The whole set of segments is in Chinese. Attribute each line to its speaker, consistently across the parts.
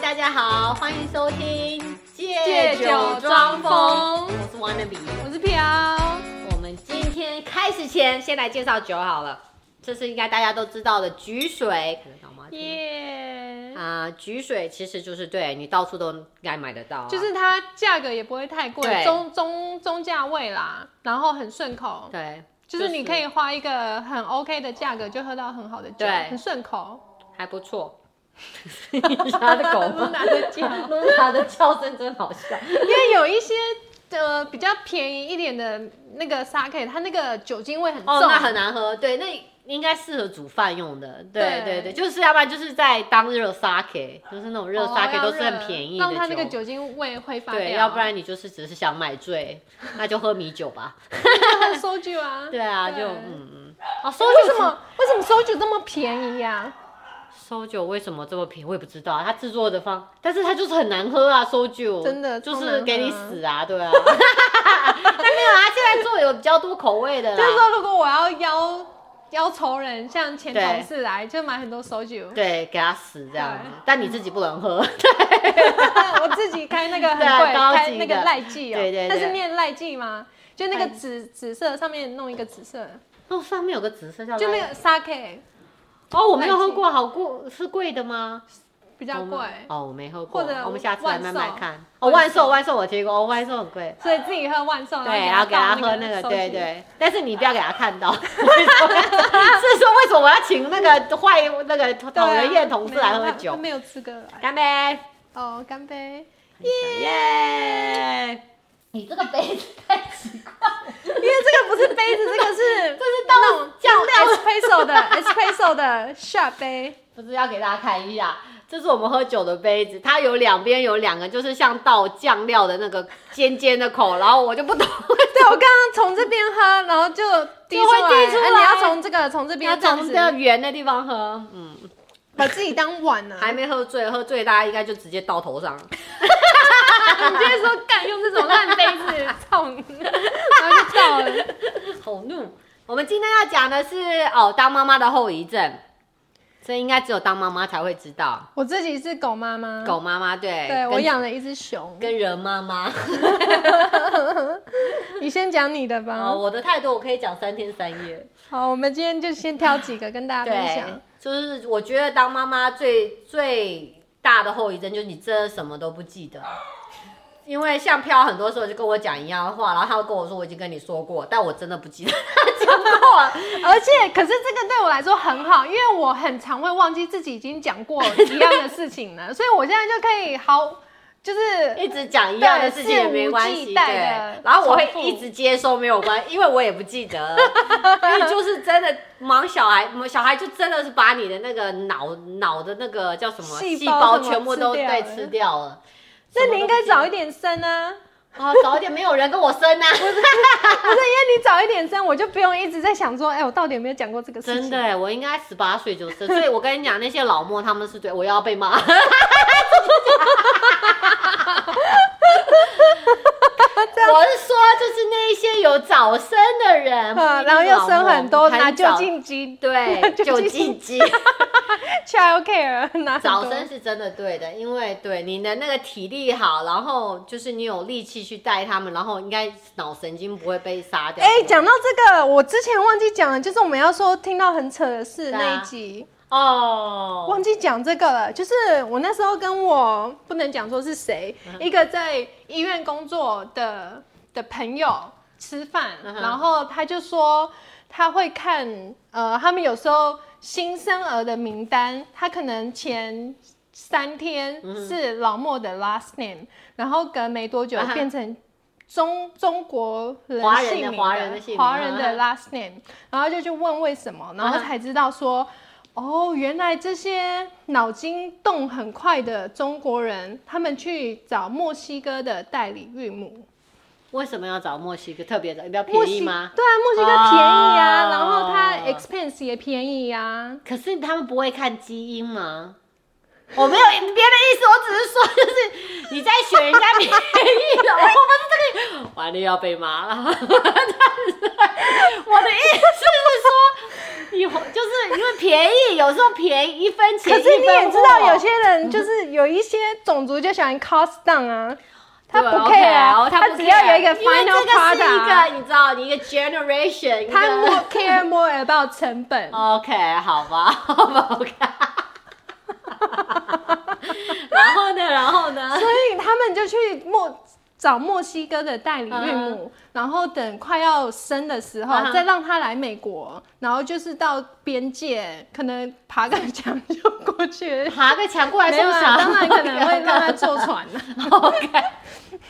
Speaker 1: 大家好，欢迎收听《
Speaker 2: 借酒装疯
Speaker 1: 我是 Wannabe。
Speaker 2: 我是飘，
Speaker 1: 我们今天开始前，先来介绍酒好了，这是应该大家都知道的菊水，可能小猫听
Speaker 2: 耶、
Speaker 1: 啊、菊水其实就是对你到处都应该买得到啊、
Speaker 2: 就是它价格也不会太贵，
Speaker 1: 对
Speaker 2: 中中中价位啦，然后很顺口，
Speaker 1: 对，
Speaker 2: 就是你可以花一个很 OK 的价格就喝到很好的酒，
Speaker 1: 对
Speaker 2: 很顺口。
Speaker 1: 还不错。 你家的狗
Speaker 2: 露
Speaker 1: 吗？
Speaker 2: 娜的叫
Speaker 1: 露娜的叫声真好笑。
Speaker 2: 因为有一些呃比较便宜一点的那个 sake，它那个酒精味很重，
Speaker 1: 哦，那很难喝。对，那应该适合煮饭用的。对对对，
Speaker 2: 对
Speaker 1: 就是要不然就是在当热 sake，就是那种热
Speaker 2: 哦
Speaker 1: sake
Speaker 2: 要
Speaker 1: 都是
Speaker 2: 热
Speaker 1: 很便宜的
Speaker 2: 让它那个酒精味挥发掉，
Speaker 1: 对，要不 然你就是只是想买醉， 那就喝米酒吧。
Speaker 2: 它收酒啊。
Speaker 1: 对啊，就
Speaker 2: 对哎
Speaker 1: 嗯嗯。啊，收
Speaker 2: 为
Speaker 1: 酒
Speaker 2: 什么为什么收酒这么便宜呀、
Speaker 1: 收酒为什么这么便宜？我也不知道啊。它制作的方，但是它就是很难喝啊，收酒
Speaker 2: 真的
Speaker 1: 就
Speaker 2: 超难
Speaker 1: 是
Speaker 2: 喝
Speaker 1: 给你死啊，对啊。但没有啊， 现在做有比较多口味的
Speaker 2: 就是
Speaker 1: 啦。。
Speaker 2: 说，如果我要邀邀仇人，像前同事来，就买很多手酒
Speaker 1: 对，给他死这样子
Speaker 2: 对，
Speaker 1: 但你自己不能喝。
Speaker 2: 我自己开那个很
Speaker 1: 对啊
Speaker 2: 贵，
Speaker 1: 高
Speaker 2: 开
Speaker 1: 级
Speaker 2: 那
Speaker 1: 的
Speaker 2: 个赖记哦，
Speaker 1: 对对对哎
Speaker 2: 那是念赖记吗？就那
Speaker 1: 赖
Speaker 2: 个紫紫色上面弄一个紫色，
Speaker 1: 哦，上面有个紫色叫
Speaker 2: 就那
Speaker 1: 拉
Speaker 2: 个 sake
Speaker 1: 哦，我没有喝过，好贵是贵的吗？
Speaker 2: 比较贵，
Speaker 1: 哦，我没喝过，
Speaker 2: 或者
Speaker 1: 我们下次来慢慢
Speaker 2: 万寿
Speaker 1: 看。哦，万寿
Speaker 2: 万
Speaker 1: 万寿
Speaker 2: 寿
Speaker 1: 我听过，哦，万寿很贵。
Speaker 2: 所以自己喝万寿，
Speaker 1: 对，然后给他
Speaker 2: 他
Speaker 1: 喝那个，
Speaker 2: 手
Speaker 1: 对
Speaker 2: 酒，
Speaker 1: 对，但是你不要给他看到。 是说为什么我要请那个坏那个
Speaker 2: 对啊
Speaker 1: 讨人厌同事来喝
Speaker 2: 没有他他
Speaker 1: 酒？
Speaker 2: 没有资格来。
Speaker 1: 干杯！
Speaker 2: 哦，干杯！
Speaker 1: 耶！你这个杯子太奇怪了，
Speaker 2: 因为这个不是杯子，这 个是这
Speaker 1: 是倒
Speaker 2: 那种叫
Speaker 1: 酱料
Speaker 2: espresso 的 espresso 的下杯。
Speaker 1: 哎不是要给大家看一下，这是我们喝酒的杯子，它有两边有两个，就是像倒酱料的那个尖尖的口，然后我就不懂为什么
Speaker 2: 对，我刚刚从这边喝，然后就滴出来。
Speaker 1: 就会滴出来
Speaker 2: 啊你要从这个从这
Speaker 1: 要
Speaker 2: 边这样
Speaker 1: 从
Speaker 2: 子
Speaker 1: 比，较圆的地方喝，嗯，
Speaker 2: 把自己当碗呢、啊。
Speaker 1: 还没喝醉，喝醉大家应该就直接倒头上，
Speaker 2: 你就会说敢用这种烂杯 子操你，然后就倒了。
Speaker 1: 好怒。我们今天要讲的是哦，当妈妈的后遗症，这应该只有当妈妈才会知道。
Speaker 2: 我自己是狗妈妈，
Speaker 1: 狗，妈妈嗯对，
Speaker 2: 对
Speaker 1: 跟
Speaker 2: 我养了一只熊。
Speaker 1: 跟人妈妈。
Speaker 2: 你先讲你的吧。
Speaker 1: 哦，我的态度我可以讲三天三夜。
Speaker 2: 好，我们今天就先挑几个跟大家分
Speaker 1: 对
Speaker 2: 享。，
Speaker 1: 就是我觉得当妈妈最最大的后遗症就是你真的什么都不记得。因为像飘很多时候就跟我讲一样的话，然后他会跟我说我已经跟你说过，但我真的不记得他讲过了。
Speaker 2: 而且，可是这个对我来说很好，因为我很常会忘记自己已经讲过一样的事情 了，所以我现在就可以毫 就是
Speaker 1: 一直讲一样的
Speaker 2: 对
Speaker 1: 事情也
Speaker 2: 肆无
Speaker 1: 没关
Speaker 2: 忌
Speaker 1: 系，对。
Speaker 2: 惮地
Speaker 1: 然后我会
Speaker 2: 重复
Speaker 1: 一直接收，没有关系，因为我也不记得 了，因为就是真的忙小孩，小孩就真的是把你的那个脑脑的那个叫什么
Speaker 2: 细
Speaker 1: 细
Speaker 2: 胞
Speaker 1: 胞
Speaker 2: 什么
Speaker 1: 全部都
Speaker 2: 吃掉
Speaker 1: 对
Speaker 2: 了
Speaker 1: 吃掉了。
Speaker 2: 那你应该早一
Speaker 1: 点
Speaker 2: 点生啊，
Speaker 1: 哦，早一点没有人跟我生啊，
Speaker 2: 不是因哎为你早一点生，我就不用一直在想说，哎、我到底有没有讲过这个事情？
Speaker 1: 真的，耶，我应该十八岁就生，所以我跟你讲，那些老莫他们是对我要被骂。 我是说，就是那一些有早生的人，
Speaker 2: 嗯，然后又生很多，拿
Speaker 1: 就
Speaker 2: 酒精机，
Speaker 1: 对
Speaker 2: 酒
Speaker 1: 酒
Speaker 2: 精
Speaker 1: 精机，
Speaker 2: ，child care 拿很多
Speaker 1: 早生是真的对的，因为对你的那个体力好，然后就是你有力气去带他们，然后应该脑神经不会被杀掉。
Speaker 2: 哎、讲到这个，我之前忘记讲了，就是我们要说听到很扯的事
Speaker 1: 对啊
Speaker 2: 那一集，
Speaker 1: 哦，
Speaker 2: 忘记讲这个了。就是我那时候跟我不能讲说是谁，
Speaker 1: 嗯
Speaker 2: 一个在医院工作的的朋友吃饭，
Speaker 1: 嗯哼
Speaker 2: 然后他就说他会看，呃，他们有时候新生儿的名单，他可能前。三天
Speaker 1: 嗯
Speaker 2: 是老莫的 last name，、然后隔没多久
Speaker 1: 啊哈
Speaker 2: 变成中、中国人
Speaker 1: 华人的
Speaker 2: 姓名
Speaker 1: 华人的姓名
Speaker 2: 华人的
Speaker 1: 嗯
Speaker 2: last name，然后就去问为什么，然后
Speaker 1: 嗯哼
Speaker 2: 才知道说，哦，原来这些脑筋动很快的中国人，他们去找墨西哥的代理孕母，
Speaker 1: 为什么要找墨西哥特别的？比较
Speaker 2: 墨
Speaker 1: 便宜
Speaker 2: 西对
Speaker 1: 吗？
Speaker 2: 啊，墨西哥便宜
Speaker 1: 哦
Speaker 2: 啊，然后它 expense 也便宜啊，
Speaker 1: 可是他们不会看基因吗？我没有别的意思，我只是说，就是你在选人家便宜的，我不是这个， 完了又要被骂了。我的意思是说，
Speaker 2: 有就是
Speaker 1: 因为便宜，有时候便宜一分钱
Speaker 2: 可
Speaker 1: 一
Speaker 2: 是
Speaker 1: 分
Speaker 2: 你也知道，
Speaker 1: 货
Speaker 2: 有些人就是有一些种族就喜欢 cost down 啊，他
Speaker 1: 对
Speaker 2: 不
Speaker 1: OK，
Speaker 2: care 啊，
Speaker 1: 哦他不
Speaker 2: 只要
Speaker 1: care，
Speaker 2: 有一个
Speaker 1: 因为
Speaker 2: final
Speaker 1: 这个是
Speaker 2: product，啊
Speaker 1: 一个你知道，你一个 generation，一个
Speaker 2: 他 more
Speaker 1: 啊
Speaker 2: care more about 成本。
Speaker 1: OK，好吧，好吧，OK。然后呢，然后 呢？
Speaker 2: 所以他们就去墨找墨西哥的代理孕母，然后等快要生的时候
Speaker 1: 嗯哼
Speaker 2: 再让他来美国，然后就是到边界，可能爬个墙就过去。
Speaker 1: 爬个墙过来
Speaker 2: 没有
Speaker 1: 送啥？
Speaker 2: 啊， 当然可能会让他坐船啊 了。
Speaker 1: OK，
Speaker 2: 人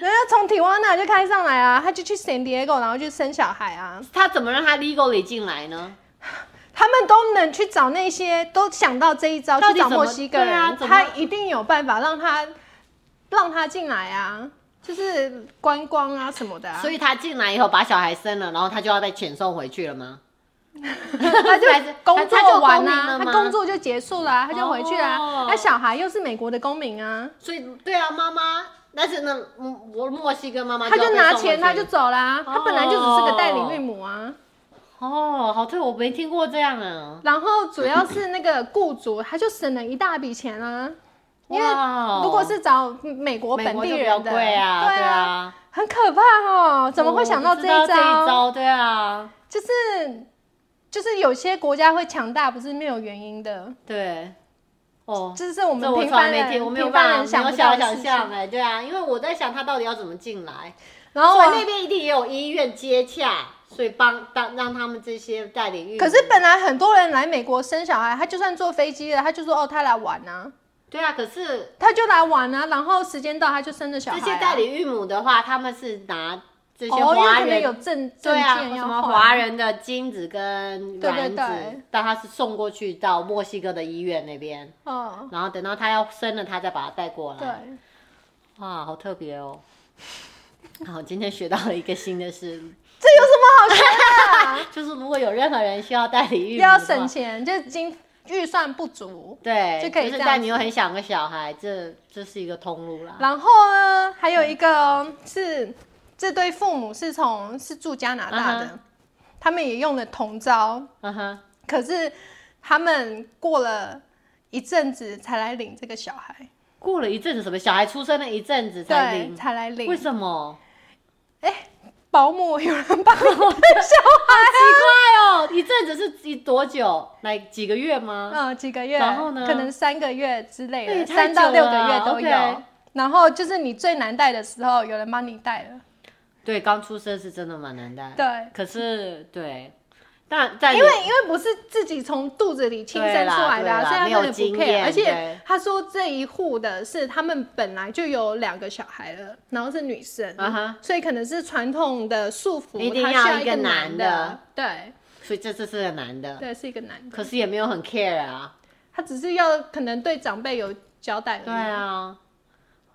Speaker 2: 家从提瓦纳就开上来啊，他就去 San Diego，然后就生小孩啊。
Speaker 1: 他怎么让他 legally 进来呢？
Speaker 2: 他们都能去找那些都想到这一招
Speaker 1: 到
Speaker 2: 去
Speaker 1: 底
Speaker 2: 找
Speaker 1: 怎
Speaker 2: 墨
Speaker 1: 么
Speaker 2: 西哥人，
Speaker 1: 对啊怎么
Speaker 2: 他一定有办法让他让他进来啊，就是观光啊什么的、啊。
Speaker 1: 所以他进来以后把小孩生了，然后他就要被遣送回去了吗？
Speaker 2: 他就
Speaker 1: 还是
Speaker 2: 工
Speaker 1: 他他
Speaker 2: 作
Speaker 1: 就
Speaker 2: 完
Speaker 1: 公民
Speaker 2: 啊，
Speaker 1: 了
Speaker 2: 他
Speaker 1: 吗
Speaker 2: 工作就结束了啊、他就回去啦、
Speaker 1: 哦
Speaker 2: 他小孩又是美国的公民啊，
Speaker 1: 所以对啊，妈妈，但是呢，嗯我墨西哥妈妈
Speaker 2: 他
Speaker 1: 要
Speaker 2: 就
Speaker 1: 被
Speaker 2: 拿
Speaker 1: 送回
Speaker 2: 钱
Speaker 1: 去
Speaker 2: 他就走啦、他本来就只是个代理孕母啊。
Speaker 1: 哦，好对，我没听过这样啊。
Speaker 2: 然后主要是那个雇主，他就省了一大笔钱啊。因为
Speaker 1: 哇哦
Speaker 2: 如果是找美国
Speaker 1: 美
Speaker 2: 本
Speaker 1: 国
Speaker 2: 地
Speaker 1: 就比
Speaker 2: 人
Speaker 1: 较
Speaker 2: 的，
Speaker 1: 贵啊，
Speaker 2: 对
Speaker 1: 对啊，
Speaker 2: 很可怕哦！怎么会想到
Speaker 1: 我
Speaker 2: 这
Speaker 1: 不知道
Speaker 2: 一招？
Speaker 1: 这一招？对啊，
Speaker 2: 就是就是有些国家会强大，不是没有原因的，
Speaker 1: 对，哦，
Speaker 2: 这是我们
Speaker 1: 这我
Speaker 2: 平
Speaker 1: 从来
Speaker 2: 凡
Speaker 1: 没听，我
Speaker 2: 人
Speaker 1: 没有
Speaker 2: 平凡
Speaker 1: 办
Speaker 2: 人
Speaker 1: 法，没
Speaker 2: 不
Speaker 1: 有想
Speaker 2: 到的
Speaker 1: 想
Speaker 2: 事
Speaker 1: 象
Speaker 2: 情。
Speaker 1: 哎，对啊，因为我在想他到底要怎么进来，
Speaker 2: 然后
Speaker 1: 所以
Speaker 2: 我
Speaker 1: 那边一定也有医院接洽，所以帮当让他们这些代理孕。
Speaker 2: 可是本来很多人来美国生小孩，他就算坐飞机了，他就说哦，他来玩啊，
Speaker 1: 对啊，可是
Speaker 2: 他就来玩啊，然后时间到他就生了小孩、
Speaker 1: 这
Speaker 2: 啊。
Speaker 1: 些代理孕母的话，他们是拿这些
Speaker 2: 哦，因为
Speaker 1: 华
Speaker 2: 可能
Speaker 1: 人
Speaker 2: 有证证
Speaker 1: 对啊，
Speaker 2: 件
Speaker 1: 什
Speaker 2: 要
Speaker 1: 么
Speaker 2: 换
Speaker 1: 华人的精子跟
Speaker 2: 对对
Speaker 1: 卵子
Speaker 2: 对，
Speaker 1: 但他是送过去到墨西哥的医院那边，
Speaker 2: 哦，
Speaker 1: 然后等到他要生了，他再把他带过
Speaker 2: 对
Speaker 1: 来。，哇，好特别哦！ 好，今天学到了一个新的事，
Speaker 2: 这有什么好学的、
Speaker 1: 就是如果有任何人需要代理孕，
Speaker 2: 要省。钱，就经预算不足。
Speaker 1: 对，
Speaker 2: 就可以
Speaker 1: 是
Speaker 2: 这样
Speaker 1: 但你
Speaker 2: 子
Speaker 1: 又很想个小孩，这这是一个通路啦。
Speaker 2: 然后呢，还有一个哦是这对父母是从是住加拿大的，
Speaker 1: 嗯哼
Speaker 2: 他们也用了同招，
Speaker 1: 嗯哼，
Speaker 2: 可是他们过了一阵子才来领这个小孩，
Speaker 1: 过了一阵子，什么小孩出生了一阵子才
Speaker 2: 对，
Speaker 1: 领，
Speaker 2: 才来领
Speaker 1: 为。什么？
Speaker 2: 保姆有人帮你带小
Speaker 1: 奇怪哦，一阵子是几多久？来几个月吗？
Speaker 2: 嗯，几个月，
Speaker 1: 然后呢
Speaker 2: 可能三个月之类
Speaker 1: 那
Speaker 2: 的，
Speaker 1: 也太
Speaker 2: 三到
Speaker 1: 久
Speaker 2: 六
Speaker 1: 了
Speaker 2: 个月都有。
Speaker 1: OK
Speaker 2: 然后就是你最难带的时候，有人帮你带了。
Speaker 1: 对，刚出生是真的蛮难带。
Speaker 2: 对，
Speaker 1: 可是对，但但
Speaker 2: 因为因为不是自己从肚子里亲生
Speaker 1: 对
Speaker 2: 出
Speaker 1: 啦
Speaker 2: 来的、啊，
Speaker 1: 对啦
Speaker 2: 所以他
Speaker 1: 没有
Speaker 2: 们也不
Speaker 1: 经
Speaker 2: care。
Speaker 1: 验
Speaker 2: 而且
Speaker 1: 对
Speaker 2: 他说这一户的是他们本来就有两个小孩了，然后是女生，
Speaker 1: 啊哈，
Speaker 2: 所以可能是传统的束缚，
Speaker 1: 一定
Speaker 2: 他
Speaker 1: 要
Speaker 2: 需要
Speaker 1: 一
Speaker 2: 个
Speaker 1: 个
Speaker 2: 男
Speaker 1: 男的
Speaker 2: 对
Speaker 1: 所以这次是很难的，
Speaker 2: 对，是一个男的。
Speaker 1: 可是也没有很 care 啊。
Speaker 2: 他只是要可能对长辈有交代而已。
Speaker 1: 对啊，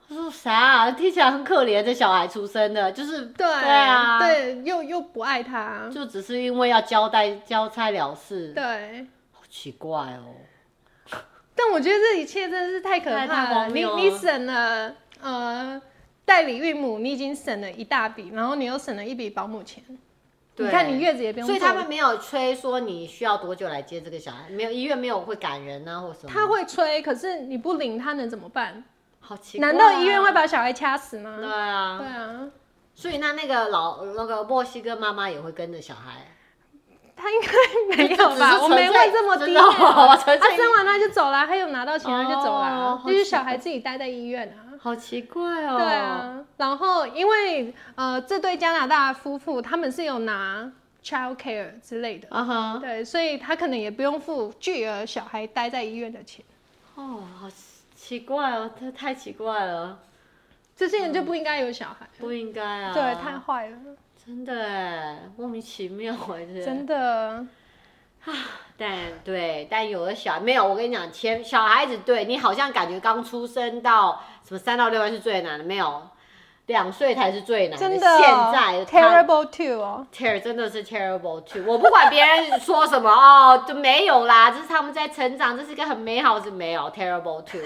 Speaker 1: 他说啥、啊？听起来很可怜，这小孩出生的，就是
Speaker 2: 对
Speaker 1: 啊，，
Speaker 2: 对又又不爱他，
Speaker 1: 就只是因为要交代交差了事，
Speaker 2: 对。
Speaker 1: 好奇怪哦。
Speaker 2: 但我觉得这一切真的是太可怕
Speaker 1: 太太
Speaker 2: 了。
Speaker 1: 荒
Speaker 2: 你
Speaker 1: 谬了
Speaker 2: 你省了呃代理孕母，你已经省了一大笔，然后你又省了一笔保姆钱。
Speaker 1: 对
Speaker 2: 你看你月子也不用
Speaker 1: 所
Speaker 2: 做，
Speaker 1: 以他们没有催说你需要多久来接这个小孩，没有医院没有会赶人啊或什么。
Speaker 2: 他会催，可是你不领他能怎么办？
Speaker 1: 好奇怪、啊
Speaker 2: 难道医院会？把小孩掐死吗？
Speaker 1: 对啊，
Speaker 2: 对啊，
Speaker 1: 所以那那个老那个墨西哥妈妈也会跟着小孩，
Speaker 2: 他应该没有
Speaker 1: 这
Speaker 2: 吧？
Speaker 1: 只是纯粹
Speaker 2: 我没问这么低
Speaker 1: 真
Speaker 2: 调。
Speaker 1: 的哦 我纯粹
Speaker 2: 他生完他就走了，他有拿到钱他就走
Speaker 1: 哦
Speaker 2: 了，啊
Speaker 1: 好
Speaker 2: 就是
Speaker 1: 奇
Speaker 2: 小孩自己待在医院啊。
Speaker 1: 好奇怪哦。
Speaker 2: 对，啊，然后因为呃，这对加拿大夫妇他们是有拿 child care 之类的，
Speaker 1: 啊哈，
Speaker 2: 对，所以他可能也不用付巨额小孩待在医院的钱，
Speaker 1: 哦，好奇怪哦，这太奇怪了，
Speaker 2: 这些人就不应该有小孩，
Speaker 1: 不应该啊。
Speaker 2: 对，太坏了，
Speaker 1: 真的哎，莫名其妙哎，这
Speaker 2: 真的，
Speaker 1: 但对，但有的小没有，我跟你讲，前小孩子对你好像感觉刚出生到什么三到六岁是最难的，没有，两岁才是最难
Speaker 2: 真的，
Speaker 1: 的啊现在他
Speaker 2: terrible too 哦，
Speaker 1: ter 真的是 terrible too，我不管别人说什么 哦，就没有啦，这是他们在成长，这是一个很美好，是没有 terrible too。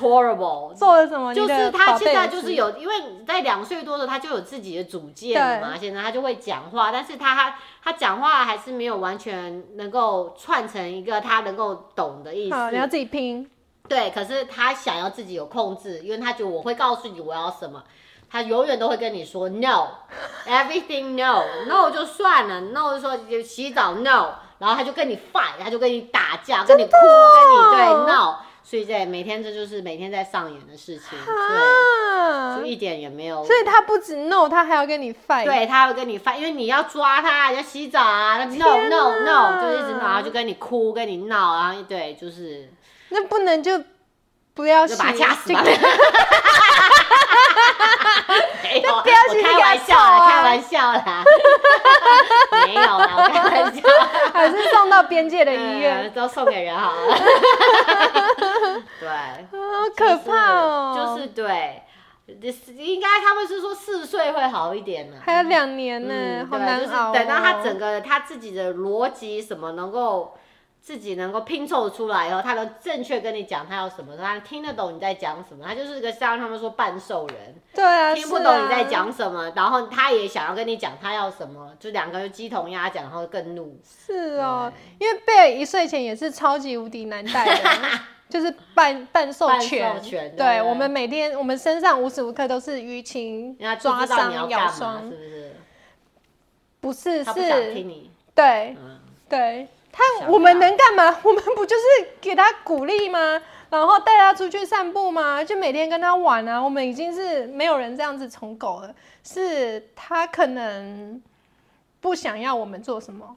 Speaker 1: horrible。
Speaker 2: 做了什么？
Speaker 1: 就
Speaker 2: 哦你的
Speaker 1: 是他
Speaker 2: 宝贝
Speaker 1: 现在
Speaker 2: 儿
Speaker 1: 就是
Speaker 2: 子
Speaker 1: 有，因为在两岁多的时候他就有自己的主见了嘛，现在他就会讲话，但是他他他讲话还是没有完全能够串成一个他能够懂的意思。
Speaker 2: 好，你要自己拼。
Speaker 1: 对，可是他想要自己有控制，因为他觉得我会告诉你我要什么，他永远都会跟你说 no，everything no，no 就算了，no 就说就洗澡 no，然后他就跟你 fight，他就跟你打架，跟你哭，
Speaker 2: 哦
Speaker 1: 跟你对闹，所以这每天这就是每天在上演的事情，对，
Speaker 2: 啊
Speaker 1: 就，一点也没有。
Speaker 2: 所以他不止 no，他还要跟你 fight。，
Speaker 1: 对他会跟你翻，因为你要抓他，你要洗澡啊那，no
Speaker 2: 天
Speaker 1: no
Speaker 2: 哪
Speaker 1: no，就一直闹，然后就跟你哭，跟你闹，然后对，就是
Speaker 2: 那不能就不要
Speaker 1: 就
Speaker 2: 洗，
Speaker 1: 把他掐死吧。
Speaker 2: 就
Speaker 1: 没有，啊我
Speaker 2: 不要去
Speaker 1: 开玩笑
Speaker 2: 啊
Speaker 1: 啦，开玩笑啦， 没有啦，我开玩笑。
Speaker 2: 还是送到边界的医
Speaker 1: 嗯
Speaker 2: 院，
Speaker 1: 都送给人好了。 对，
Speaker 2: 好啊可怕哦！
Speaker 1: 就是对，应该他们是说四岁会好一点呢。
Speaker 2: 还有两年呢
Speaker 1: 嗯，，
Speaker 2: 好
Speaker 1: 对
Speaker 2: 难熬哦。
Speaker 1: 就是等到他整个他自己的逻辑什么能够自己能够拼凑出来以后，他能正确跟你讲他要什么，他听得懂你在讲什么，他就是个像他们说半兽人，
Speaker 2: 对啊，
Speaker 1: 听不
Speaker 2: 是
Speaker 1: 懂你在
Speaker 2: 啊。
Speaker 1: 讲什么，然后他也想要跟你讲他要什么，就两个就鸡同鸭讲，然后更怒。
Speaker 2: 是哦，因为贝尔一岁前也是超级无敌难带 的，就是半半授
Speaker 1: 半
Speaker 2: 权
Speaker 1: 授。权对不
Speaker 2: 对
Speaker 1: 对
Speaker 2: 我们每天我们身上无时无刻都是淤青
Speaker 1: 人家、就
Speaker 2: 抓
Speaker 1: 知道你要
Speaker 2: 伤、咬
Speaker 1: 干嘛，
Speaker 2: 伤
Speaker 1: 是，不是？
Speaker 2: 不是
Speaker 1: 他不想
Speaker 2: 是
Speaker 1: 听，你，
Speaker 2: 对
Speaker 1: 嗯，
Speaker 2: 对。
Speaker 1: 想
Speaker 2: 他
Speaker 1: 法
Speaker 2: 我们能干嘛？ 我们不就是给他鼓励吗？然后带他出去散步吗？就每天跟他玩啊。我们已经是没有人这样子宠狗了，是他可能不想要我们做什么，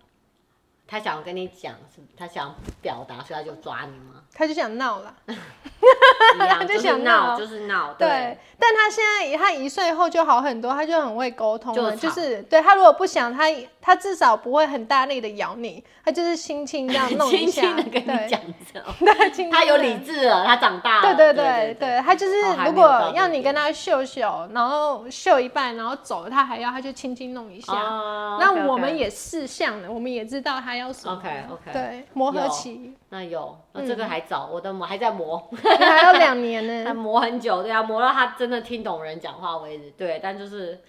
Speaker 1: 他想要跟你讲，是不他想表达，所以他就抓你 吗？
Speaker 2: 他就想闹了。
Speaker 1: 一样，就
Speaker 2: 就
Speaker 1: 是
Speaker 2: 想
Speaker 1: 闹，
Speaker 2: 闹
Speaker 1: 就是闹，
Speaker 2: 对，，但他现在他一岁后就好很多，他就很会沟通了，
Speaker 1: 就
Speaker 2: 就
Speaker 1: 吵
Speaker 2: 是对他如果不想他，他至少不会很大力的咬你，他就是轻 轻这样弄一
Speaker 1: 轻
Speaker 2: 下，
Speaker 1: 轻的跟你
Speaker 2: 对
Speaker 1: 讲着，
Speaker 2: 对，轻轻
Speaker 1: 他有
Speaker 2: 地
Speaker 1: 理智了，他长大了，
Speaker 2: 对对
Speaker 1: 对
Speaker 2: 对对，他就是
Speaker 1: 哦还没
Speaker 2: 如
Speaker 1: 有到
Speaker 2: 果
Speaker 1: 那
Speaker 2: 要
Speaker 1: 边
Speaker 2: 你跟他秀秀，然后秀一半，然后走了，他还要他就轻轻弄一下。
Speaker 1: 哦
Speaker 2: 那
Speaker 1: OK，OK
Speaker 2: 我们也试相了，我们也知道他要什么。
Speaker 1: OK，OK
Speaker 2: 对，磨合
Speaker 1: 有
Speaker 2: 期
Speaker 1: 那有，
Speaker 2: 嗯
Speaker 1: 那这个还早，我的磨还在磨，
Speaker 2: 还要两年
Speaker 1: 还
Speaker 2: 呢。
Speaker 1: 磨很久，对啊，磨到他真的听懂人讲话为止，对，但就是。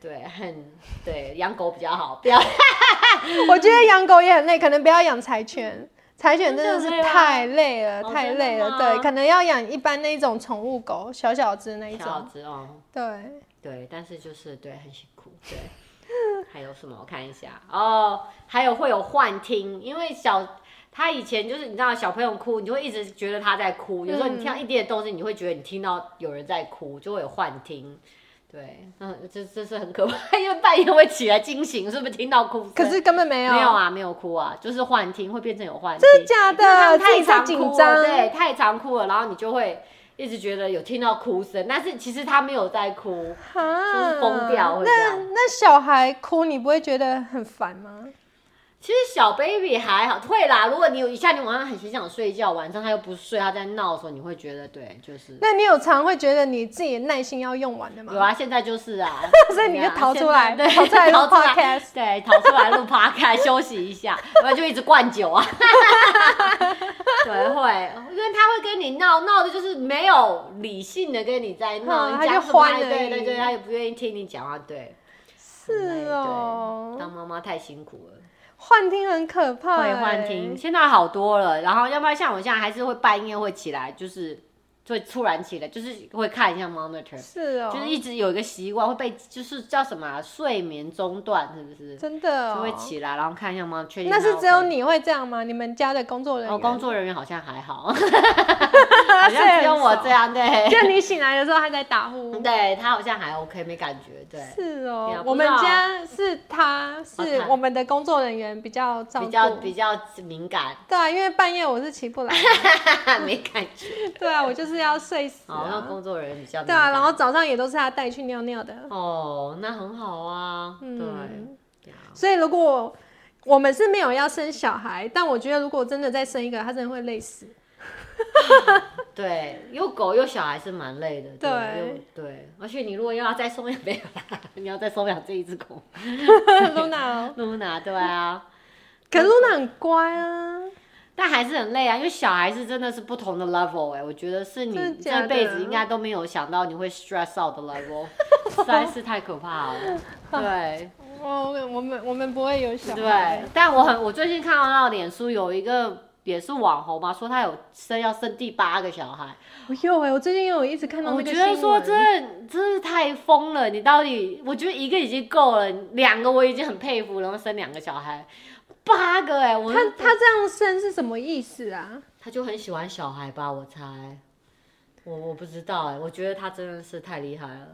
Speaker 1: 对，很对，养狗比较好，不要
Speaker 2: 我觉得养狗也很累，可能不要养柴犬。柴犬真的
Speaker 1: 真的很
Speaker 2: 是
Speaker 1: 累啊
Speaker 2: 太累了，
Speaker 1: 哦
Speaker 2: 太
Speaker 1: 真的
Speaker 2: 累了。
Speaker 1: 吗
Speaker 2: 对，可能要养一般那种宠物狗，小小只那一
Speaker 1: 小
Speaker 2: 种。
Speaker 1: 子哦。
Speaker 2: 对，
Speaker 1: 对，但是就是对，很辛苦。对， 还有什么？我看一下哦，还有会有幻听，因为小他以前就是你知道小朋友哭，你就会一直觉得他在哭，有时候你听
Speaker 2: 嗯
Speaker 1: 到一点点动静，你会觉得你听到有人在哭，就会有幻听。对，嗯，这这是很可怕， 因为半夜会起来惊醒，是不是听到哭声？
Speaker 2: 可是根本没有，
Speaker 1: 没有啊，没有哭啊，就是幻听会变成有幻听。
Speaker 2: 真的假
Speaker 1: 他们
Speaker 2: 的？自
Speaker 1: 太
Speaker 2: 己在
Speaker 1: 常
Speaker 2: 紧
Speaker 1: 哭
Speaker 2: 张
Speaker 1: 了，，对，太常哭了，然后你就会一直觉得有听到哭声，但是其实他没有在哭，就是疯掉会这
Speaker 2: 嗯那
Speaker 1: 样
Speaker 2: 那小孩哭，你不会觉得很烦吗？
Speaker 1: 其实小 baby 还好，会啦。如果你有一下你晚上很想睡觉，晚上他又不睡，他在闹的时候，你会觉得对，就是
Speaker 2: 那你有常会觉得你自己耐心要用完的吗？
Speaker 1: 有啊，现在就是啊，
Speaker 2: 所以你就
Speaker 1: 对啊
Speaker 2: 逃出来
Speaker 1: 现在对，
Speaker 2: 逃出来录
Speaker 1: 逃出来
Speaker 2: podcast
Speaker 1: 对，逃出来录 podcast 休息一 下，然后就一直灌酒啊。 对，会，因为他会跟你闹，闹的就是没有理性的跟你在闹，
Speaker 2: 嗯
Speaker 1: 你
Speaker 2: 他就
Speaker 1: 讲什么
Speaker 2: 欢
Speaker 1: 他也
Speaker 2: 而
Speaker 1: 对对
Speaker 2: 已
Speaker 1: 对，他也不愿意听你讲话，对，
Speaker 2: 是
Speaker 1: 对，
Speaker 2: 哦，
Speaker 1: 当妈妈太辛苦了。
Speaker 2: 幻听很可怕、
Speaker 1: 会
Speaker 2: 欸，
Speaker 1: 幻听，。现在好多了。然后，要不然像我现在还是会半夜会起来，就是会突然起来，就是会看一下 monitor，、
Speaker 2: 是哦，
Speaker 1: 就是一直有一个习惯会被，就是叫什么啊、睡眠中断，是不是？
Speaker 2: 真的、哦，
Speaker 1: 就会起来，然后看一下 monitor，确定
Speaker 2: 那
Speaker 1: 它
Speaker 2: 是
Speaker 1: OK
Speaker 2: 只有。你会这样吗？你们家的工作人员？
Speaker 1: 哦，工作人员好像还 好，
Speaker 2: 好
Speaker 1: 好像只有我这。样， 对，
Speaker 2: 哦就你醒来的时候还在打呼。
Speaker 1: 对他好像还 OK，没感觉，对，
Speaker 2: 是
Speaker 1: 对
Speaker 2: 哦
Speaker 1: 啊，
Speaker 2: 我们
Speaker 1: 不知道
Speaker 2: 家是他是
Speaker 1: 哦他
Speaker 2: 我们的工作人员比较照顾，
Speaker 1: 比较比较敏感，
Speaker 2: 对啊，因为半夜我是起不来的，
Speaker 1: 没感觉。
Speaker 2: 对啊，我嗯就是要睡死、
Speaker 1: 好，哦那
Speaker 2: 啊。
Speaker 1: 工作人员比较敏
Speaker 2: 对啊，
Speaker 1: 感
Speaker 2: 然后早上也都是他带去尿尿的。
Speaker 1: 哦，那很好啊，
Speaker 2: 嗯
Speaker 1: 对，
Speaker 2: 所以如果我们是没有要生小孩，但我觉得如果真的再生一个，他真的会累死。
Speaker 1: 对，有狗有小孩是蛮累的，
Speaker 2: 对
Speaker 1: 对又对，而且你如果要再收养，没 有啦，你要再收养这一只狗，
Speaker 2: 露娜哦，
Speaker 1: 露娜，对啊，
Speaker 2: 可是露娜很乖啊，
Speaker 1: 但还是很累啊，因为小孩是真的是不同的 level 哎、我觉得是你
Speaker 2: 真的假
Speaker 1: 这
Speaker 2: 的
Speaker 1: 辈子应该都没有想到你会 stress out 的 level，实在是太可怕了。对
Speaker 2: 我们我们我们不会有小
Speaker 1: 对
Speaker 2: 孩，，
Speaker 1: 但我很我最近看到那脸书有一个也是网红嘛，说他有生要生第八个小孩，
Speaker 2: 我有哎、我最近有一直看到
Speaker 1: 我
Speaker 2: 那个
Speaker 1: 觉
Speaker 2: 新闻，
Speaker 1: 得说真的真是太疯了，你到底我觉得一个已经够了，两个我已经很佩服了，然后生两个小孩，八个哎、我
Speaker 2: 他他这样生是什么意思啊？
Speaker 1: 他就很喜欢小孩吧，我猜。我我不知道哎、我觉得他真的是太厉害了。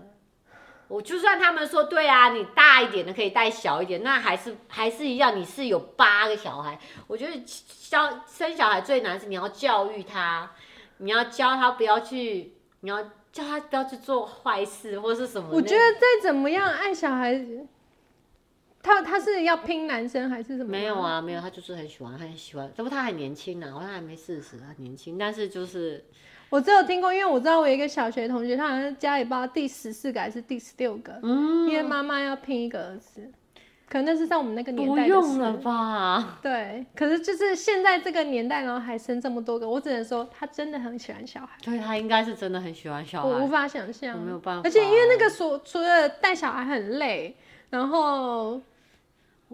Speaker 1: 我就算他们说对啊，你大一点的可以带小一点，那还是还是一样，你是有八个小孩。我觉得教生小孩最难是你要教育他，你要教他不要去，你要叫他不要去做坏事或是什么那。
Speaker 2: 我觉得再怎么样爱小孩，他他是要拼男生还是什么？
Speaker 1: 没有，啊，没有，他就是很喜欢，很喜欢。只不过他还年轻呢、他还没四十，他年轻，但是就是
Speaker 2: 我只有听过，因为我知道我有一个小学同学，他好像是家里不知道第十四个还是第十六个，
Speaker 1: 嗯，
Speaker 2: 因为妈妈要拼一个儿子，可能那是在我们那个年
Speaker 1: 不
Speaker 2: 代的
Speaker 1: 用
Speaker 2: 事
Speaker 1: 了吧。
Speaker 2: 对，可是就是现在这个年代，然后还生这么多个，我只能说他真的很喜欢小孩，
Speaker 1: 对他应该是真的很喜欢小
Speaker 2: 我无
Speaker 1: 孩，
Speaker 2: 法想象，
Speaker 1: 我没有办法
Speaker 2: 而且因为那个除除了带小孩很累，然后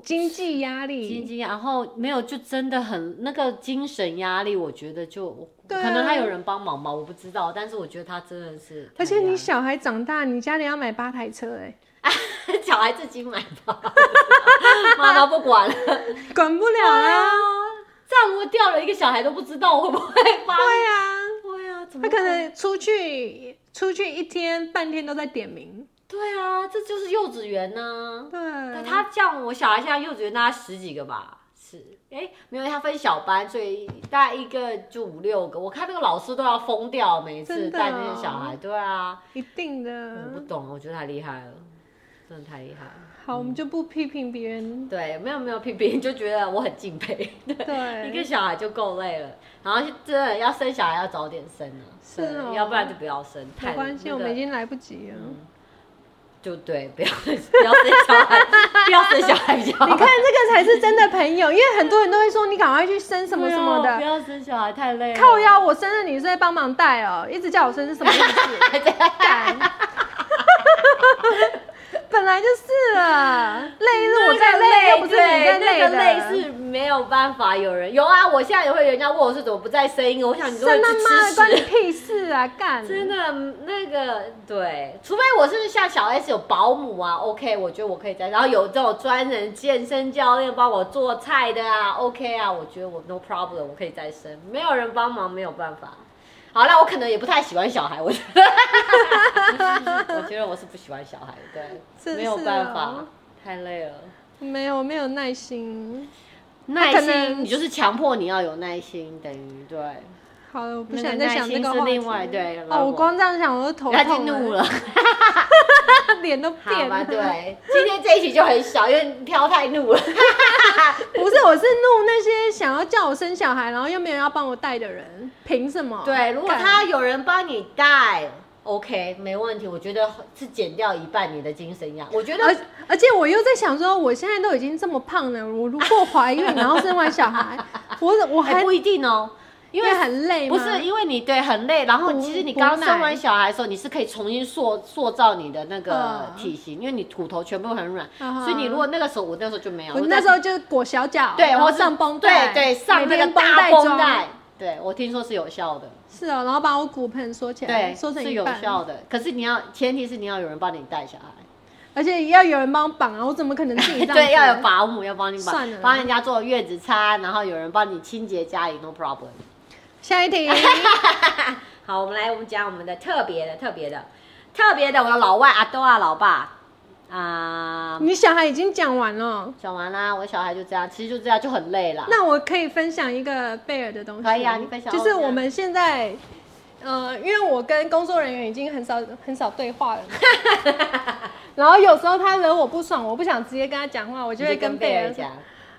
Speaker 2: 经济压
Speaker 1: 经
Speaker 2: 力，
Speaker 1: 济，啊然后没有就真的很那个精神压力，我觉得就
Speaker 2: 对啊
Speaker 1: 可能他有人帮忙吧，我不知道，但是我觉得他真的是太
Speaker 2: 而且
Speaker 1: 厉害
Speaker 2: 你
Speaker 1: 了，
Speaker 2: 小孩长大，你家里要买八台车、欸，
Speaker 1: 哎小孩自己买吧， 妈妈不管了，
Speaker 2: 哎，管不了啊，
Speaker 1: 这样我掉了一个小孩都不知道我会不会发，
Speaker 2: 对啊，
Speaker 1: 对啊，怎么
Speaker 2: 他可
Speaker 1: 会
Speaker 2: 能出去出去一天半天都在点名，
Speaker 1: 对啊，这就是幼稚园呢、
Speaker 2: 对，
Speaker 1: 那他像我小孩现在幼稚园大概十几个吧，是，哎，没有，他分小班，所以大概一个就五六个。我看那个老师都要疯掉，每一次
Speaker 2: 真的
Speaker 1: 带那些小孩，对啊，
Speaker 2: 一定
Speaker 1: 我不
Speaker 2: 的。
Speaker 1: 懂，我觉得太厉害了，真的太厉害了。
Speaker 2: 好，我们就不批评别人，
Speaker 1: 对，没有没有批评，就觉得我很敬佩。
Speaker 2: 对，
Speaker 1: 一个小孩就够累了，然后真的要生小孩要早点生啊，
Speaker 2: 是
Speaker 1: 对
Speaker 2: 哦
Speaker 1: 要不然就不要生，太
Speaker 2: 没关系，
Speaker 1: 那
Speaker 2: 我
Speaker 1: 个
Speaker 2: 们已经来不及了。
Speaker 1: 就对，不要不要生小孩，不要生小孩比较好。
Speaker 2: 你看这个才是真的朋友，因为很多人都会说你赶快去生什么什么
Speaker 1: 啊不
Speaker 2: 的。
Speaker 1: 要生小孩太累了。
Speaker 2: 靠腰，我生日你是在帮忙带哦，一直叫我生是什么意思？ 干本来就是啊，累是我在累，又不是你在
Speaker 1: 那
Speaker 2: 累的。
Speaker 1: 个累是没有办法。有人有啊，我现在也会，人家问我是怎么不再生一个，我想你都会
Speaker 2: 生
Speaker 1: 去
Speaker 2: 他妈的关 你
Speaker 1: 吃屎。
Speaker 2: 屁事啊！干，
Speaker 1: 真的，那个对，除非我是像小 S 有保姆啊，OK，我觉得我可以在，然后有这种专人健身教练帮我做菜的啊，OK 啊，我觉得我 no problem，我可以再生，没有人帮忙没有办法。好啦，我可能也不太喜欢小孩，我觉 得，我觉得我是不喜欢小孩，对，
Speaker 2: 真
Speaker 1: 没有
Speaker 2: 是
Speaker 1: 办
Speaker 2: 哦
Speaker 1: 法，太累了。
Speaker 2: 没有没有耐心。
Speaker 1: 耐
Speaker 2: 可能
Speaker 1: 心，你就是强迫你要有耐心，等于对，
Speaker 2: 好了，我不
Speaker 1: 那个
Speaker 2: 想再想这
Speaker 1: 耐
Speaker 2: 个
Speaker 1: 心
Speaker 2: 话
Speaker 1: 是
Speaker 2: 题。
Speaker 1: 另外对
Speaker 2: 哦，我光这样想我都头
Speaker 1: 他激
Speaker 2: 痛
Speaker 1: 怒，了，
Speaker 2: 脸都
Speaker 1: 好
Speaker 2: 变
Speaker 1: 吧，
Speaker 2: 了。
Speaker 1: 对，今天这一集就很小，因为飘太怒了，
Speaker 2: 不是，我是怒那些想要叫我生小孩，然后又没有要帮我带的人，凭什么？
Speaker 1: 对，如果
Speaker 2: 干
Speaker 1: 他有人帮你带，OK，没问题，我觉得是减掉一半你的精神压，我觉得
Speaker 2: 而而且我又在想说，我现在都已经这么胖了，我如果怀孕然后生完 小孩，我我
Speaker 1: 还
Speaker 2: 还
Speaker 1: 不一定哦，因为。
Speaker 2: 很累吗
Speaker 1: 不是因为你对很累，然后
Speaker 2: 补
Speaker 1: 其实你
Speaker 2: 补
Speaker 1: 刚
Speaker 2: 奶
Speaker 1: 生完小孩的时候，你是可以重新塑塑造你的那个
Speaker 2: 嗯
Speaker 1: 体型，因为你骨头全部很软，
Speaker 2: 嗯哼
Speaker 1: 所以你如果那个时候我那时候就没有，
Speaker 2: 我
Speaker 1: 在
Speaker 2: 那时候就是裹小脚，啊
Speaker 1: 对，
Speaker 2: 然
Speaker 1: 或
Speaker 2: 后
Speaker 1: 是
Speaker 2: 上绷带，
Speaker 1: 对对，上那
Speaker 2: 每
Speaker 1: 个
Speaker 2: 天
Speaker 1: 大
Speaker 2: 绷
Speaker 1: 绷
Speaker 2: 带
Speaker 1: 带
Speaker 2: 装，，
Speaker 1: 对我听说是有效的，
Speaker 2: 是哦，然后把我骨盆缩起来，
Speaker 1: 对，
Speaker 2: 缩成
Speaker 1: 是
Speaker 2: 一
Speaker 1: 有
Speaker 2: 半，
Speaker 1: 效的。可是你要前提是你要有人帮你带小孩，
Speaker 2: 而且要有人帮我绑啊，我怎么可能 自己这样？
Speaker 1: 对，要有。保姆要帮你把
Speaker 2: 算了
Speaker 1: 帮人家做月子餐，然后有人帮你清洁家里，no problem。
Speaker 2: 下一题，
Speaker 1: 好，我们来我们讲我们的特别的特别的特别的，我的老外阿豆啊老爸啊。
Speaker 2: 你小孩已经讲完了，
Speaker 1: 讲完啦，我小孩就这样，其实就这样就很累啦。
Speaker 2: 那我可以分享一个贝尔的东西。
Speaker 1: 可以啊你分享
Speaker 2: 就是我们现在，呃，因为我跟工作人员已经很少很少对话了嘛。 然后有时候他惹我不爽，我不想直接跟他讲话，我就
Speaker 1: 就
Speaker 2: 会
Speaker 1: 会
Speaker 2: 跟
Speaker 1: 跟
Speaker 2: 贝
Speaker 1: 贝
Speaker 2: 尔
Speaker 1: 尔
Speaker 2: 说
Speaker 1: 讲，：“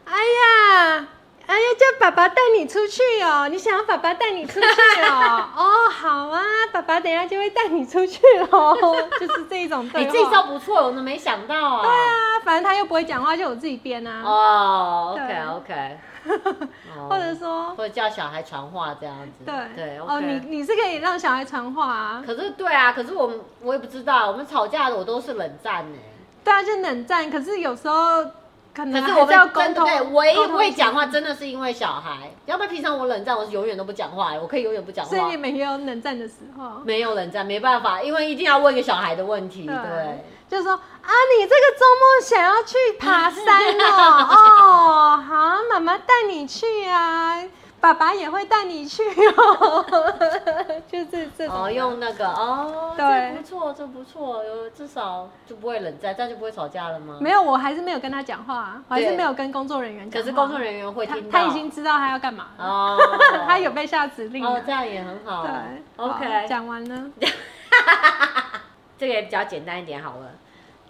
Speaker 2: 哎呀，哎、哎呀，叫爸爸带你出去哦，你想要爸爸带你出去哦？ 哦，好啊，爸爸等一下就会带你出去喽， 就是这一种对
Speaker 1: 你
Speaker 2: 话。
Speaker 1: 这一招不错，我怎么没想到啊？对
Speaker 2: 对啊，反正他又不会讲话，就我自己编啊。
Speaker 1: 哦
Speaker 2: 对
Speaker 1: ，OK OK，
Speaker 2: 或者说，
Speaker 1: 或者叫小孩传话这样子。
Speaker 2: 对
Speaker 1: 对
Speaker 2: 哦，你
Speaker 1: ，OK。
Speaker 2: 你是可以让小孩传话啊，
Speaker 1: 可是对啊，可是我们我也不知道，我们吵架的我都是冷战呢。
Speaker 2: 对啊，就冷战。可是有时候可
Speaker 1: 可
Speaker 2: 能
Speaker 1: 是
Speaker 2: 还
Speaker 1: 我
Speaker 2: 是要
Speaker 1: 们
Speaker 2: 沟
Speaker 1: 真的
Speaker 2: 通。
Speaker 1: 对，我也
Speaker 2: 沟通
Speaker 1: 会
Speaker 2: 一下
Speaker 1: 讲话，真的是因为小孩。要不然平常我冷战，我是永远都不讲话，欸我可以永远不讲话
Speaker 2: 所以。你们也有冷战的时候，
Speaker 1: 没有冷战，没办法，因为一定要问一个小孩的问题。对，哦
Speaker 2: 就是说啊，你这个周末想要去爬山 哦，哦，好啊，妈妈带你去啊，爸爸也会带你去哦， 就是这种。
Speaker 1: 哦，用那个哦，
Speaker 2: 对
Speaker 1: 这不错，这不错，有至少就不会冷战，这样就不会吵架了吗？
Speaker 2: 没有，我还是没有跟他讲话啊，我还是
Speaker 1: 对
Speaker 2: 没有跟工作人员
Speaker 1: 可
Speaker 2: 讲话。啊
Speaker 1: 是工作人员会
Speaker 2: 他
Speaker 1: 听到，
Speaker 2: 他已经知道他要干嘛了，，
Speaker 1: 哦
Speaker 2: 他有被下指令
Speaker 1: 哦
Speaker 2: 了，。
Speaker 1: 这样也很好。
Speaker 2: 对好
Speaker 1: ，OK，
Speaker 2: 讲完了。
Speaker 1: 这个也比较简单一点好了。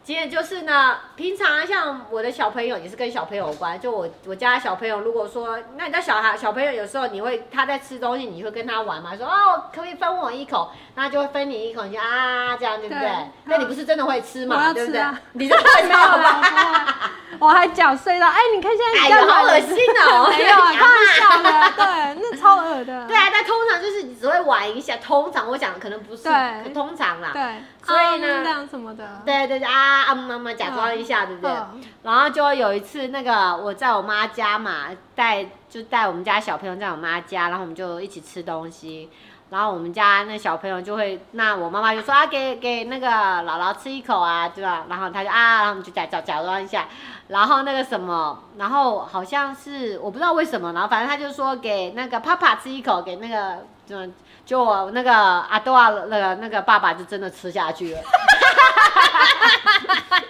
Speaker 1: 今天就是呢，平常啊像我的小朋友也是跟小朋友有关，就我我家的小朋友，如果说那你知道小孩小朋友有时候你会他在吃东西，你会跟他玩嘛，说哦可不可以分我一口，那他就会分你一口，你就啊这样对不对
Speaker 2: 对？
Speaker 1: 那你不是真的会吃
Speaker 2: 我
Speaker 1: 嘛，
Speaker 2: 要
Speaker 1: 对不
Speaker 2: 吃
Speaker 1: 对
Speaker 2: 啊？
Speaker 1: 你真的会
Speaker 2: 没有
Speaker 1: 吃
Speaker 2: 啦
Speaker 1: 吗？
Speaker 2: 没有啦，我还搅碎了。哎，你看现在
Speaker 1: 哎
Speaker 2: 比
Speaker 1: 呀，
Speaker 2: 较
Speaker 1: 好
Speaker 2: 软
Speaker 1: 恶心哦！
Speaker 2: 没 有啊，开玩笑的，对，那超恶的。
Speaker 1: 对啊，但通常就是你只会玩一下，通常我讲的可能不是，
Speaker 2: 对
Speaker 1: 可通常啦。
Speaker 2: 对，
Speaker 1: 所以呢
Speaker 2: 嗯这样什么的，
Speaker 1: 对对对啊啊！妈妈假装一下，对不对？
Speaker 2: 嗯
Speaker 1: 然后就有一次，那个我在我妈家嘛，带就带我们家小朋友在我妈家，然后我们就一起吃东西。然后我们家那小朋友就会，那我妈妈就说啊，给给那个姥姥吃一口啊，对吧？然后他就啊，然后我们就假假假装一下，然后那个什么，然后好像是我不知道为什么，然后反正他就说给那个爸爸吃一口，给那个就就我那个阿多啊，那个那个爸爸就真的吃下去了。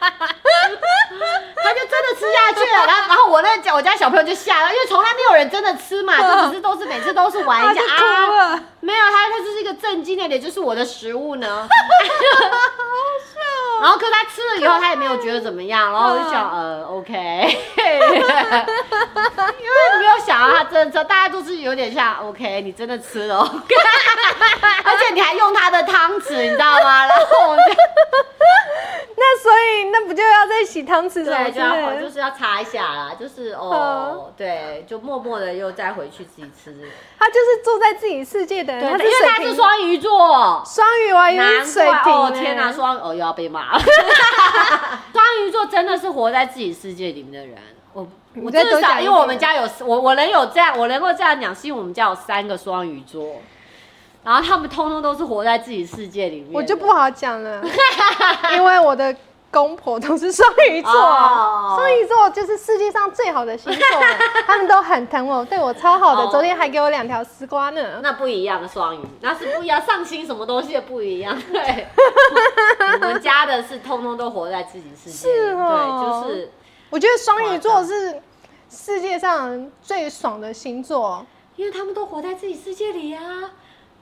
Speaker 1: 他就真的吃下去了，然后然后我那家我家小朋友就吓了，因为从来没有人真的吃嘛，就只是都是每次都是玩
Speaker 2: 他
Speaker 1: 一
Speaker 2: 就
Speaker 1: 下
Speaker 2: 哭
Speaker 1: 啊，
Speaker 2: 了，
Speaker 1: 没有他他就是一个震惊的脸，就是我的食物呢，然后可是他吃了以后他也没有觉得怎么样，然后我就想呃 OK，因为没有想到他真的吃，大家都是有点像 OK 你真的吃了 OK，而且你还用他的汤匙，你知道吗？然后我就
Speaker 2: 那所以那不就要再洗汤匙什么
Speaker 1: 对，啊
Speaker 2: 之
Speaker 1: 就要
Speaker 2: 类
Speaker 1: 就
Speaker 2: 的？
Speaker 1: 是要擦一下啦，就是哦，对，就默默的又再回去自己吃。
Speaker 2: 他就是住在自己世界的
Speaker 1: 对，因
Speaker 2: 人，他
Speaker 1: 为他
Speaker 2: 水
Speaker 1: 是
Speaker 2: 瓶
Speaker 1: 双鱼座，
Speaker 2: 双鱼，我还以为
Speaker 1: 难
Speaker 2: 哎是水
Speaker 1: 怪
Speaker 2: 瓶欸
Speaker 1: 哦
Speaker 2: 呢
Speaker 1: 天哪，双哦又要被骂。 双鱼座真的是活在自己世界里面的人。我
Speaker 2: 你
Speaker 1: 我
Speaker 2: 再
Speaker 1: 至
Speaker 2: 多讲
Speaker 1: 少
Speaker 2: 一
Speaker 1: 啊因为我们
Speaker 2: 点
Speaker 1: 家有我我能有这样我能够这样讲，是因为我们家有三个双鱼座，然后他们通通都是活在自己世界里面的。
Speaker 2: 我就不好 讲了，因为我的公婆都是双鱼座，
Speaker 1: 哦
Speaker 2: 双鱼座就是世界上最好的星 座了，他们都很疼我，对我超好的，
Speaker 1: 哦
Speaker 2: 昨天还给我两条啊丝瓜呢。
Speaker 1: 那不一样的双鱼，那是不一样，上心什么东西也不一样。 对，我们家的是通通都活在自己世界里，
Speaker 2: 是哦
Speaker 1: 对，就是
Speaker 2: 我觉得双鱼座是世界上最爽的星座，
Speaker 1: 因为他们都活在自己世界里啊。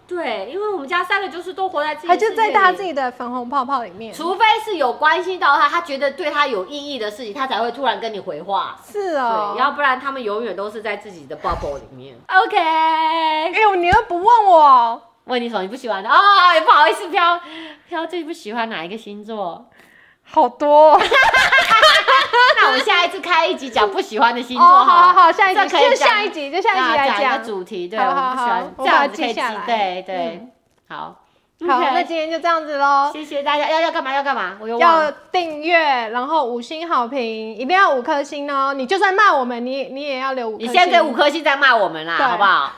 Speaker 1: 对，因为我们家三个就是都活在自己
Speaker 2: 他
Speaker 1: 世界
Speaker 2: 就
Speaker 1: 里，
Speaker 2: 在他自己的粉红泡泡里面。
Speaker 1: 除非是有关系到他，他觉得对他有意义的事情，他才会突然跟你回话。
Speaker 2: 是
Speaker 1: 对，
Speaker 2: 哦，
Speaker 1: 要不然他们永远都是在自己的 bubble 里面。OK，
Speaker 2: 哎呦，你又不问我，
Speaker 1: 问你什么你不喜欢的哦，也不好意思，飘飘最不喜欢哪一个星座？
Speaker 2: 好多哦。
Speaker 1: 那我们下一次开一集讲不喜欢的星
Speaker 2: 哦，
Speaker 1: 座
Speaker 2: 好好
Speaker 1: 哈。
Speaker 2: 好，下一
Speaker 1: 这
Speaker 2: 集
Speaker 1: 可以
Speaker 2: 就
Speaker 1: 讲
Speaker 2: 下一集，就下一集
Speaker 1: 那
Speaker 2: 来
Speaker 1: 讲一
Speaker 2: 讲
Speaker 1: 个。主题，对，
Speaker 2: 好
Speaker 1: 我们
Speaker 2: 好
Speaker 1: 不喜欢
Speaker 2: 好
Speaker 1: 这
Speaker 2: 我把
Speaker 1: 样
Speaker 2: 它
Speaker 1: 子可以
Speaker 2: 记下来嗯
Speaker 1: 对对，好，
Speaker 2: 好，那
Speaker 1: OK，
Speaker 2: 今天就这样子喽。
Speaker 1: 谢谢大家，要要干嘛要干嘛，我又忘
Speaker 2: 要
Speaker 1: 了，
Speaker 2: 订阅，然后五星好评，一定要五颗星哦！你就算骂我们，你你也要留五颗
Speaker 1: 你
Speaker 2: 星。
Speaker 1: 先给五，颗星再骂我们啦，
Speaker 2: 对
Speaker 1: 好不好？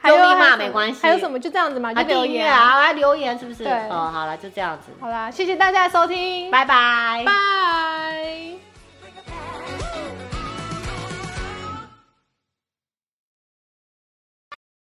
Speaker 2: 还有
Speaker 1: 用力
Speaker 2: 还有
Speaker 1: 骂
Speaker 2: 什么
Speaker 1: 没关系
Speaker 2: 还有什么就这样子嘛，就
Speaker 1: 啊，
Speaker 2: 留
Speaker 1: 订阅
Speaker 2: 言。
Speaker 1: 啊，啊留言是不是？
Speaker 2: 对
Speaker 1: 哦，好了，就这样子，
Speaker 2: 好啦，谢谢大家的收听，
Speaker 1: 拜拜。
Speaker 2: 拜。